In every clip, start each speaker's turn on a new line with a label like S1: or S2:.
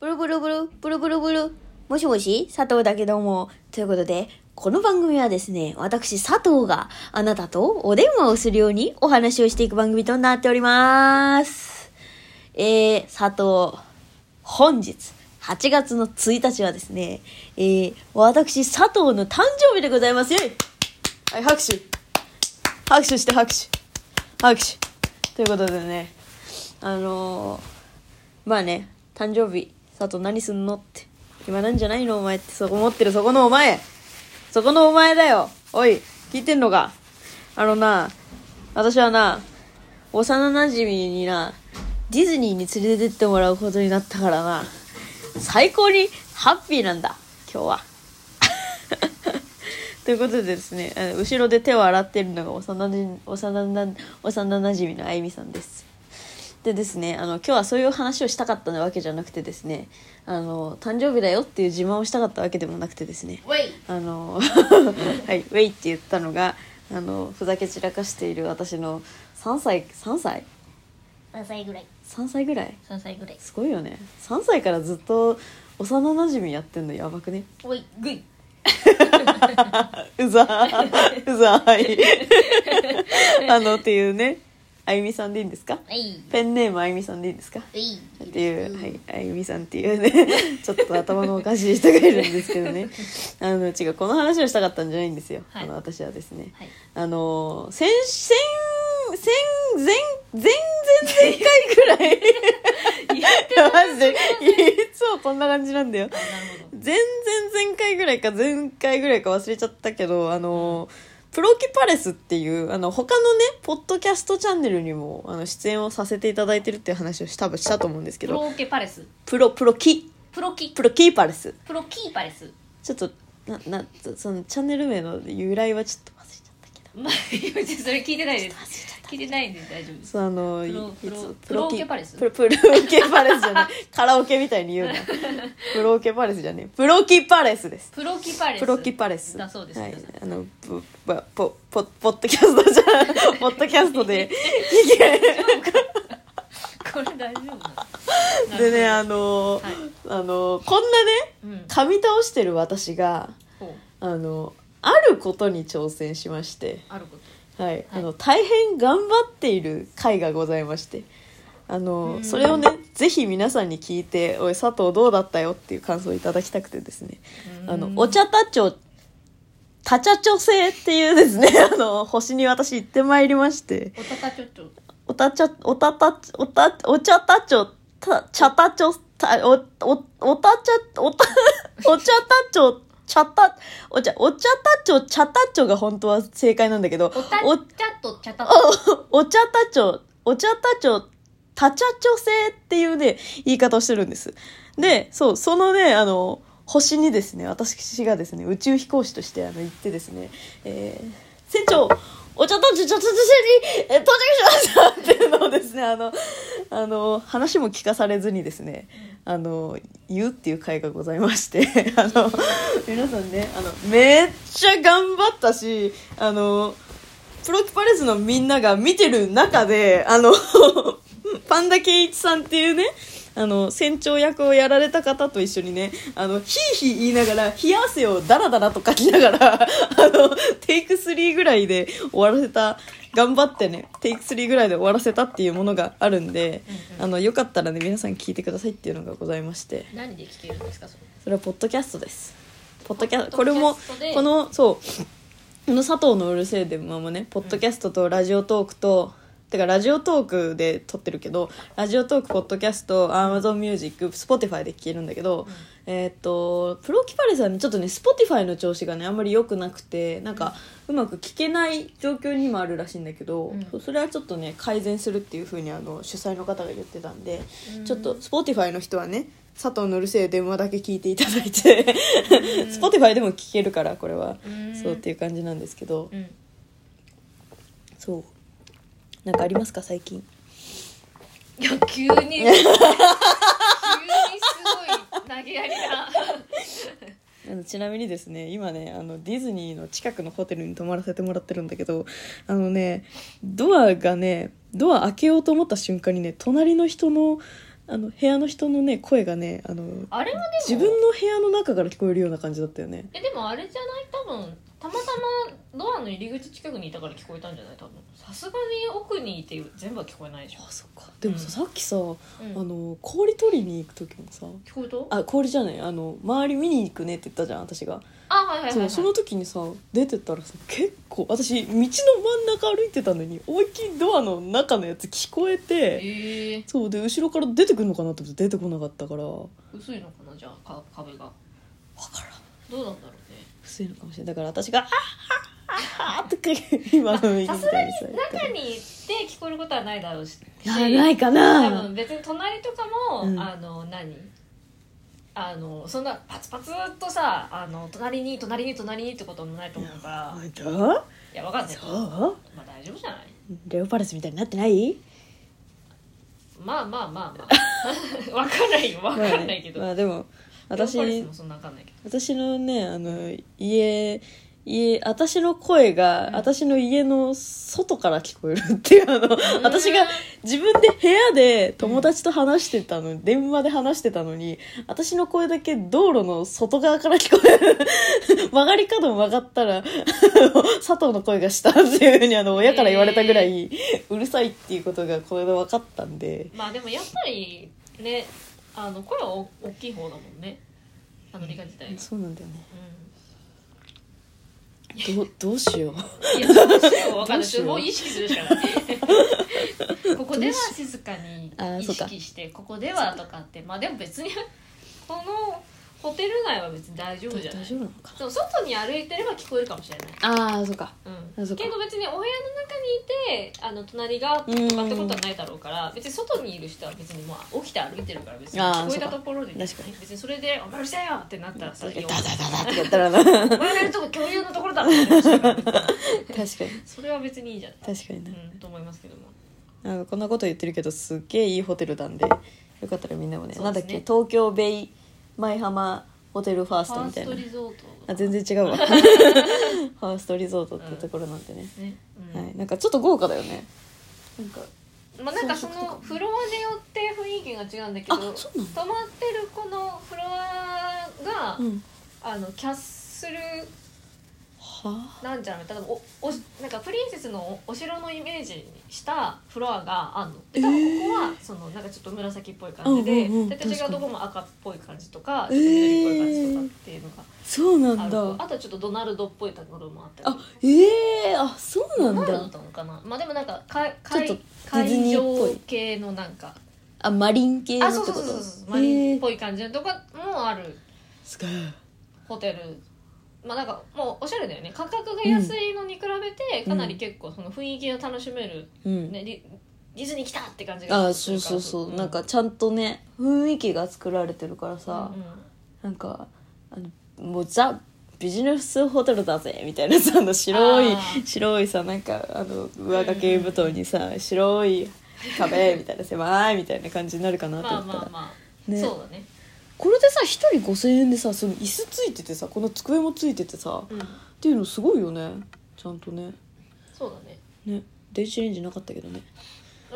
S1: ブルブルブル、ブルブルブル。もしもし、佐藤だけども。ということで、この番組はですね、私佐藤があなたとお電話をするようにお話をしていく番組となっております。えー、佐藤、本日、8月の1日はですね、えー、私佐藤の誕生日でございます。イェイはい、拍手。拍手して拍手。拍手。ということでね、あのー、まあね、誕生日、佐藤何すんのって。暇なんじゃないのお前って、そこ思ってるそこのお前。そこのお前だよ。おい、聞いてんのか。あのな、私はな、幼馴染にな、ディズニーに連れてってもらうことになったからな、最高にハッピーなんだ、今日は。 ということでですね、あの後ろで手を洗ってるのが幼なじ幼な幼馴染のあゆみさんです。でですねあの今日はそういう話をしたかったわけじゃなくてですねあの誕生日だよっていう自慢をしたかったわけでもなくてですね
S2: ウェイ
S1: あの、はい、ウェイって言ったのがあのふざけ散らかしている私の3歳3歳
S2: 3歳ぐらい
S1: 3歳ぐらい
S2: 3歳ぐらい
S1: すごいよね3歳からずっと幼なじみやってんのやばくね
S2: ウェイグイ
S1: うざーうざーいあのっていうねあゆみさんでいいんですか
S2: ウェイ
S1: ペンネームあゆみさんでいいんですか
S2: ウェイ
S1: っていう、はい、あゆみさんっていうねちょっと頭のおかしい人がいるんですけどねあの違うこの話をしたかったんじゃないんですよ、
S2: はい
S1: あの私はですね、
S2: はい
S1: あの先先先前前前々回ぐらいマジでいつもこんな感じなんだよ
S2: なるほど
S1: 前々前回ぐらいか前回ぐらいか忘れちゃったけどあのプロキパレスっていうあの他のねポッドキャストチャンネルにもあの出演をさせていただいてるっていう話をし多分したと思うんですけ
S2: プ
S1: ど
S2: ロオケパレス
S1: プロプロキ
S2: プロキ
S1: プロキーパレス
S2: プロキーパレス
S1: ちょっとななそそのチャンネル名の由来はちょっと忘れちゃったけど
S2: まあいやそれ聞いてないです聞いてないんで大丈夫です
S1: そうあのい
S2: プロプロ
S1: いつ
S2: プロオケパレス
S1: プロプロオケパレスじ ゃないカラオケみたいに言うなプロオケパレスじゃねえプロキパレスです
S2: プロキパレス
S1: プロキパレス。
S2: だそうです、
S1: はい
S2: 皆さん、
S1: あの、ぶば、ぽ、ぽ、ポッドキャストじゃ ん、ポッドキャストで。
S2: これ大丈夫なの
S1: でね、
S2: な
S1: あの、
S2: はい
S1: あの、こんなね、
S2: るほどうん
S1: 噛み倒してる私が、
S2: こう
S1: あの、あることに挑戦しまして。
S2: あること
S1: はい、あの、大変頑張っている回がございまして。あの
S2: うん
S1: それをねぜひ皆さんに聞いて「おい佐藤どうだったよ」っていう感想をいただきたくてですねあの、お茶たちょ、たちゃちょ星っていうですね、 あの、星に私行ってまいりまして、
S2: おたたちょっと
S1: おたちゃ、おたた、おた、お茶たちょ、た、ちゃたちょ、た、お、お、おたちゃ、おた、 お茶たちょ、ちゃた、お茶、お茶たちょ、ちゃたちょが本当は正解なんだけど、
S2: おた
S1: お
S2: ちゃっとちゃた
S1: おお茶たちょ、お茶たちょ、たちゃちょ性っていうね、言い方をしてるんです。で、そう、そのね、あの、星にですね、私がですね、宇宙飛行士としてあの行ってですね、えー、船長、お茶たちょ、ちゃたちょ星にえー到着しましたっていうのをですね、あの、あの、話も聞かされずにですね、あの、言うっていう回がございまして、あの、皆さんね、あの、めっちゃ頑張ったし、あの、プロキパレスのみんなが見てる中で、あの、 パンダケイイチさんっていうね、あの、船長役をやられた方と一緒にね、あの、ヒーヒー言いながら、冷や汗をダラダラとかきながら、あ の、テイク3ぐらいで終わらせた、頑張ってね、テイク3ぐらいで終わらせたっていうものがあるんで、あの、よかったらね、皆さん聞いてくださいっていうのがございまして。
S2: 何で聞けるんですかそれ
S1: それはポッドキャストですポッドキャスト
S2: ポ
S1: こ
S2: ッド
S1: れ
S2: キャ
S1: も
S2: ストで
S1: このそうこの佐藤のうるせえでまもねポッドキャストとラジオトークと、てかラジオトークで撮ってるけどラジオトークポッドキャストアマゾンミュージックスポティファイで聴けるんだけど、えーっとプロキパレスはねちょっとねスポティファイの調子がねあんまり良くなくてなんかうまく聞けない状況にもあるらしいんだけど、
S2: うん
S1: そそれはちょっとね改善するっていうふうにあの主催の方が言ってたんで、
S2: うん
S1: ちょっと Spotify の人はね佐藤のうるせえ電話だけ聞いていただいて Spotify でも聞けるからこれは
S2: うん
S1: そうっていう感じなんですけど
S2: うん
S1: そうなんかありますか最近
S2: いや 急に急にすごい投げやりな
S1: あのちなみにですね今ねあのディズニーの近くのホテルに泊まらせてもらってるんだけどあのねドアがねドア開けようと思った瞬間にね隣の人のあの部屋の人のね声がねあの
S2: あれはでも
S1: 自分の部屋の中から聞こえるような感じだったよね
S2: えでもあれじゃない多分たまたまドアの入り口近くにいたから聞こえたんじゃない多分さすがに奥にいて全部は聞こえないでしょ、
S1: あそっかでもさ、さっきさ、
S2: うん、
S1: あの氷取りに行く時もさ
S2: 聞こえた
S1: あ氷じゃないあの周り見に行くねって言ったじゃん私が、
S2: あはいはいはい、はい、
S1: そうその時にさ出てったらさ結構私道の真ん中歩いてたのに思いっきりドアの中のやつ聞こえて
S2: ええ
S1: そうで後ろから出てくるのかなと思って出てこなかったから分
S2: 薄いのかなじゃあか壁が
S1: からん
S2: どうなんだろうね
S1: 伏せるかもしれないだから私が「あっ あっあっ」とか今の右み
S2: さすが
S1: たい
S2: に
S1: にさ
S2: 中に行って聞こえることはないだろうし
S1: なないか
S2: 多
S1: な
S2: 分別に隣とかも、
S1: うん
S2: あの何あのそんなパツパツっとさあの隣に隣に隣にってこともないと思うから
S1: あだ
S2: いやわかんない
S1: そう
S2: まあ大丈夫じゃない
S1: レオパレスみたいになってない
S2: まあまあまあまあわかんないよわかんないけど、
S1: まあね、まあでも
S2: レオパレス
S1: 私
S2: もそんなわかんないけど
S1: 私のねあの家家私の声が、
S2: うん
S1: 私の家の外から聞こえるっていうあの、私が自分で部屋で友達と話してたのに、電話で話してたのに私の声だけ道路の外側から聞こえる 曲がり角を曲がったらあの佐藤の声がしたっていうふうにあの親から言われたぐらい、うるさいっていうことがこれで分かったんで
S2: まあでもやっぱりねあの声はお大きい方だもんねアメリカ自体、うん
S1: そうなんだよねどうどうしよう
S2: いやどうしようわか
S1: どう
S2: んない
S1: しよう
S2: もう意識するし かないここでは静かに
S1: あー
S2: 意
S1: そうか
S2: 識してここではとかってまあでも別にこのホテル内は別に大丈夫じゃない
S1: 大丈夫なのか
S2: でも外に歩いてれば聞こえるかもしれない
S1: なああそうか
S2: うん、
S1: あそっか
S2: けど別にお部屋の中にいてあの隣がとかってことはないだろうから別に外にいる人は別にもう起きて歩いてるから別に
S1: あー
S2: 聞こ
S1: そ
S2: えた
S1: うか
S2: ところで
S1: 確かに
S2: 別にそれで「お前うるせえよ!」ってなったらさ「
S1: ダ
S2: い
S1: ダ
S2: や
S1: ダダってやった らな確
S2: お前がいるとこ共有のところだ!」って話だから別に
S1: かに
S2: それは別にいいんじゃない
S1: 確かにな
S2: うん、と思いますけども
S1: なんかこんなこと言ってるけどすっげえいいホテルなんでよかったらみんなもね
S2: そうですね
S1: なんだっけ東京ベイ舞浜ホテルファーストみたい
S2: ファ
S1: な
S2: ーストリゾート
S1: あ全然違 うわファーストリゾートっていうところなんでね、
S2: ね、うん
S1: はい、なんかちょっと豪華だよねなんか
S2: まあ、なんかそ
S1: 装飾と
S2: の
S1: か
S2: フロアによって雰囲気が違うんだけど
S1: あそうなの
S2: 泊まってるこのフロアが、
S1: うん
S2: あのキャッスル
S1: は
S2: なんじゃない例えばおおなんかプリンセスのおお城のイメージにしたフロアがあるので多分ここはそのなんかちょっと紫っぽい感じで
S1: うんうんうん
S2: 大体、違うとこも赤っぽい感じとか
S1: え
S2: ちょ
S1: ー
S2: っと緑っぽい感じとかっていうの
S1: あそう
S2: が
S1: な
S2: あ
S1: ん
S2: る
S1: だ
S2: あとちょっとドナルドっぽいところもあったり
S1: あええあそうな
S2: ド
S1: ん
S2: ナルドだ
S1: だ
S2: ったのかなまあでもなんかかい
S1: ちょっ
S2: か
S1: と
S2: い
S1: ディズ
S2: 会
S1: ニーっぽい
S2: 場系のなんか
S1: あマリン系の
S2: あ
S1: って
S2: そ
S1: こ
S2: うそう
S1: と
S2: そうそうそうマリンっ
S1: え
S2: ぽい感じのとこもある
S1: ーすごい
S2: ホテルまあなんかもうおしゃれだよね価格が安いのに比べてかなり結構その雰囲気を楽しめる、
S1: うん
S2: ね、ディディズニー来たって感じが
S1: あそうそうそうなんかちゃんとね雰囲気が作られてるからさ、
S2: うん
S1: なんかあのもうザビジネスホテルだぜみたいなさあの白い
S2: あー
S1: 白いさなんかあの上掛け布団にさ、白い壁みたいな狭いみたいな感じになるかなと思
S2: まあ
S1: ったら、
S2: まあまあ、
S1: ね
S2: そうだね、
S1: これでさ1人5,000円でさその椅子ついててさこの机もついててさ
S2: うん、
S1: っていうのすごいよねちゃんとね
S2: そうだね
S1: ね電子レンジなかったけどね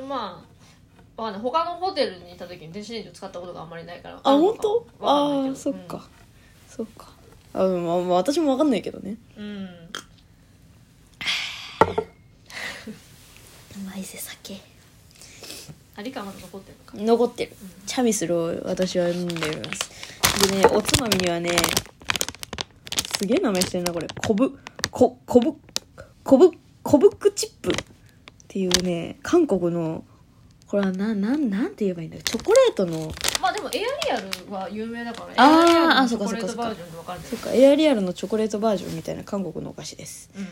S2: まあわかんない他のホテルにいた時に電子レンジを使ったことがあんまりないから
S1: あ本当
S2: わかん
S1: あ
S2: ないけど
S1: あそっか、そっかあまあまあ私も分かんないけどね
S2: うん、うん
S1: うまいぜ酒
S2: ありかまだ残ってるのか
S1: 残ってるチャミスルを私は飲んでおりますでねおつまみにはねすげえ名前してるなこれこぶここぶこぶこぶくチップっていうね韓国のこれはななんなんて言えばいいんだろうチョコレートの
S2: まあでもエアリアルは有名だから
S1: あー
S2: エアリアル
S1: あ
S2: のチ
S1: そっか
S2: ョコ
S1: そっ
S2: レ
S1: かそっか
S2: ートバージョンでわかんない
S1: そっかエアリアルのチョコレートバージョンみたいな韓国のお菓子です
S2: うん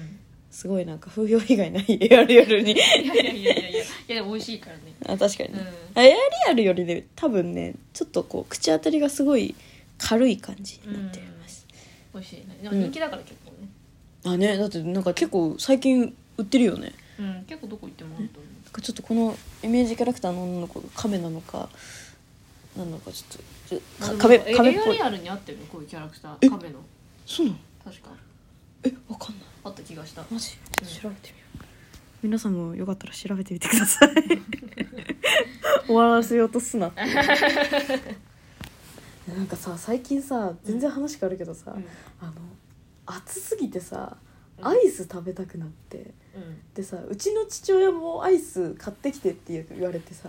S1: すごいなんか風評被害ない エアリアルに
S2: いやいやいやいやいやいやでも美味しいからね
S1: あ確かに
S2: う
S1: ね、
S2: ん
S1: エアリアルよりね多分ねちょっとこう口当たりがすごい軽い感じになっています、
S2: 美味しいねでも人気だから結構ね
S1: あねだってなんか結構最近売ってるよね
S2: うん結構どこ行ってもあると思う
S1: なんかちょっとこのイメージキャラクターの女の子が亀なのかなんのかちょっとちょか亀
S2: え
S1: 亀っぽ
S2: エ
S1: い
S2: アリアルに合ってるこういうキャラクタ
S1: え
S2: ー亀の
S1: そうなの
S2: 確か
S1: えわかんない
S2: あった気がした
S1: マジちょっと調べてみよう、皆さんもよかったら調べてみてくだ さい終わらせようとすな なんかさ最近さ全然話変わるけどさ、
S2: うん
S1: あの暑すぎてさ
S2: うん
S1: アイス食べたくなって
S2: うん
S1: でさうちの父親もアイス買ってきてって言われてさ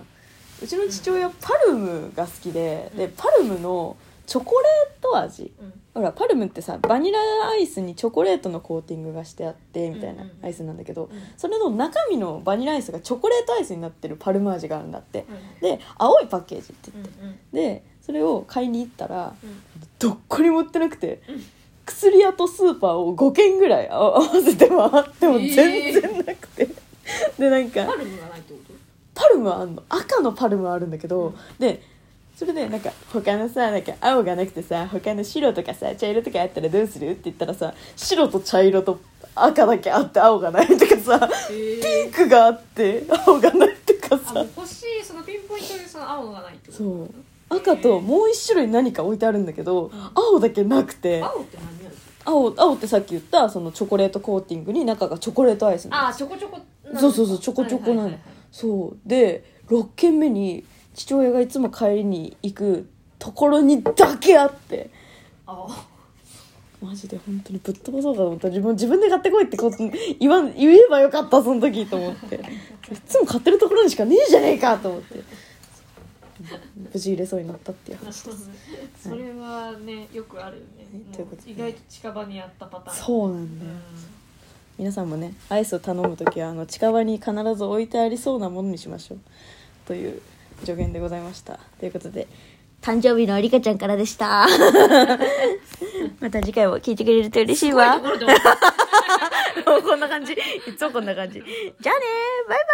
S1: うちの父親パルムが好きででパルムのチョコレート味
S2: うん
S1: ほらパルムってさバニラアイスにチョコレートのコーティングがしてあってみたいな
S2: うんうんうん
S1: アイスなんだけど
S2: うん
S1: それの中身のバニラアイスがチョコレートアイスになってるパルム味があるんだって
S2: うん
S1: で青いパッケージって
S2: う
S1: 言
S2: ん
S1: っ
S2: う
S1: て
S2: ん
S1: でそれを買いに行ったら
S2: うん
S1: どっこにも売ってなくて
S2: うん
S1: 薬屋とスーパーを5軒ぐらいあ合わせて回っても全然なくてでなんか
S2: パルムがないってこと
S1: パルムはあんの赤のパルムはあるんだけど、
S2: うん
S1: でそれでなんか他のさなんか青がなくてさ他の白とかさ茶色とかあったらどうするって言ったらさ白と茶色と赤だけあって青がないとかさピ
S2: へ
S1: ンクがあって青がないとか
S2: あも
S1: さ
S2: う欲しいそのピンポイントでその青のがないってこと
S1: そう赤ともう一種類何か置いてあるんだけど
S2: うん
S1: 青だけなくて
S2: 青って何味
S1: 青青ってさっき言ったそのチョコレートコーティングに中がチョコレートアイスなの
S2: ああちょこちょこ
S1: そうそうそうちょこちょこなのそうで6軒目に父親がいつも帰りに行くところにだけあって
S2: あ
S1: マジで本当にぶっ飛ばそうかと思った自分自分で買ってこいってこと言わん言えばよかったその時と思っていつも買ってるところにしかねえじゃねえかと思って無事入れそうになったっていう話
S2: それはねよくあるよね
S1: はいということで
S2: 意外と近場にあったパターンう
S1: そうなんだよ
S2: ん
S1: 皆さんもねアイスを頼む時はあの近場に必ず置いてありそうなものにしましょうという助言でございましたということで誕生日のりかちゃんからでした また次回も聞いてくれると嬉しいわ
S2: ところで終わった
S1: こんな感じいつもこんな感じじゃあねバイバイ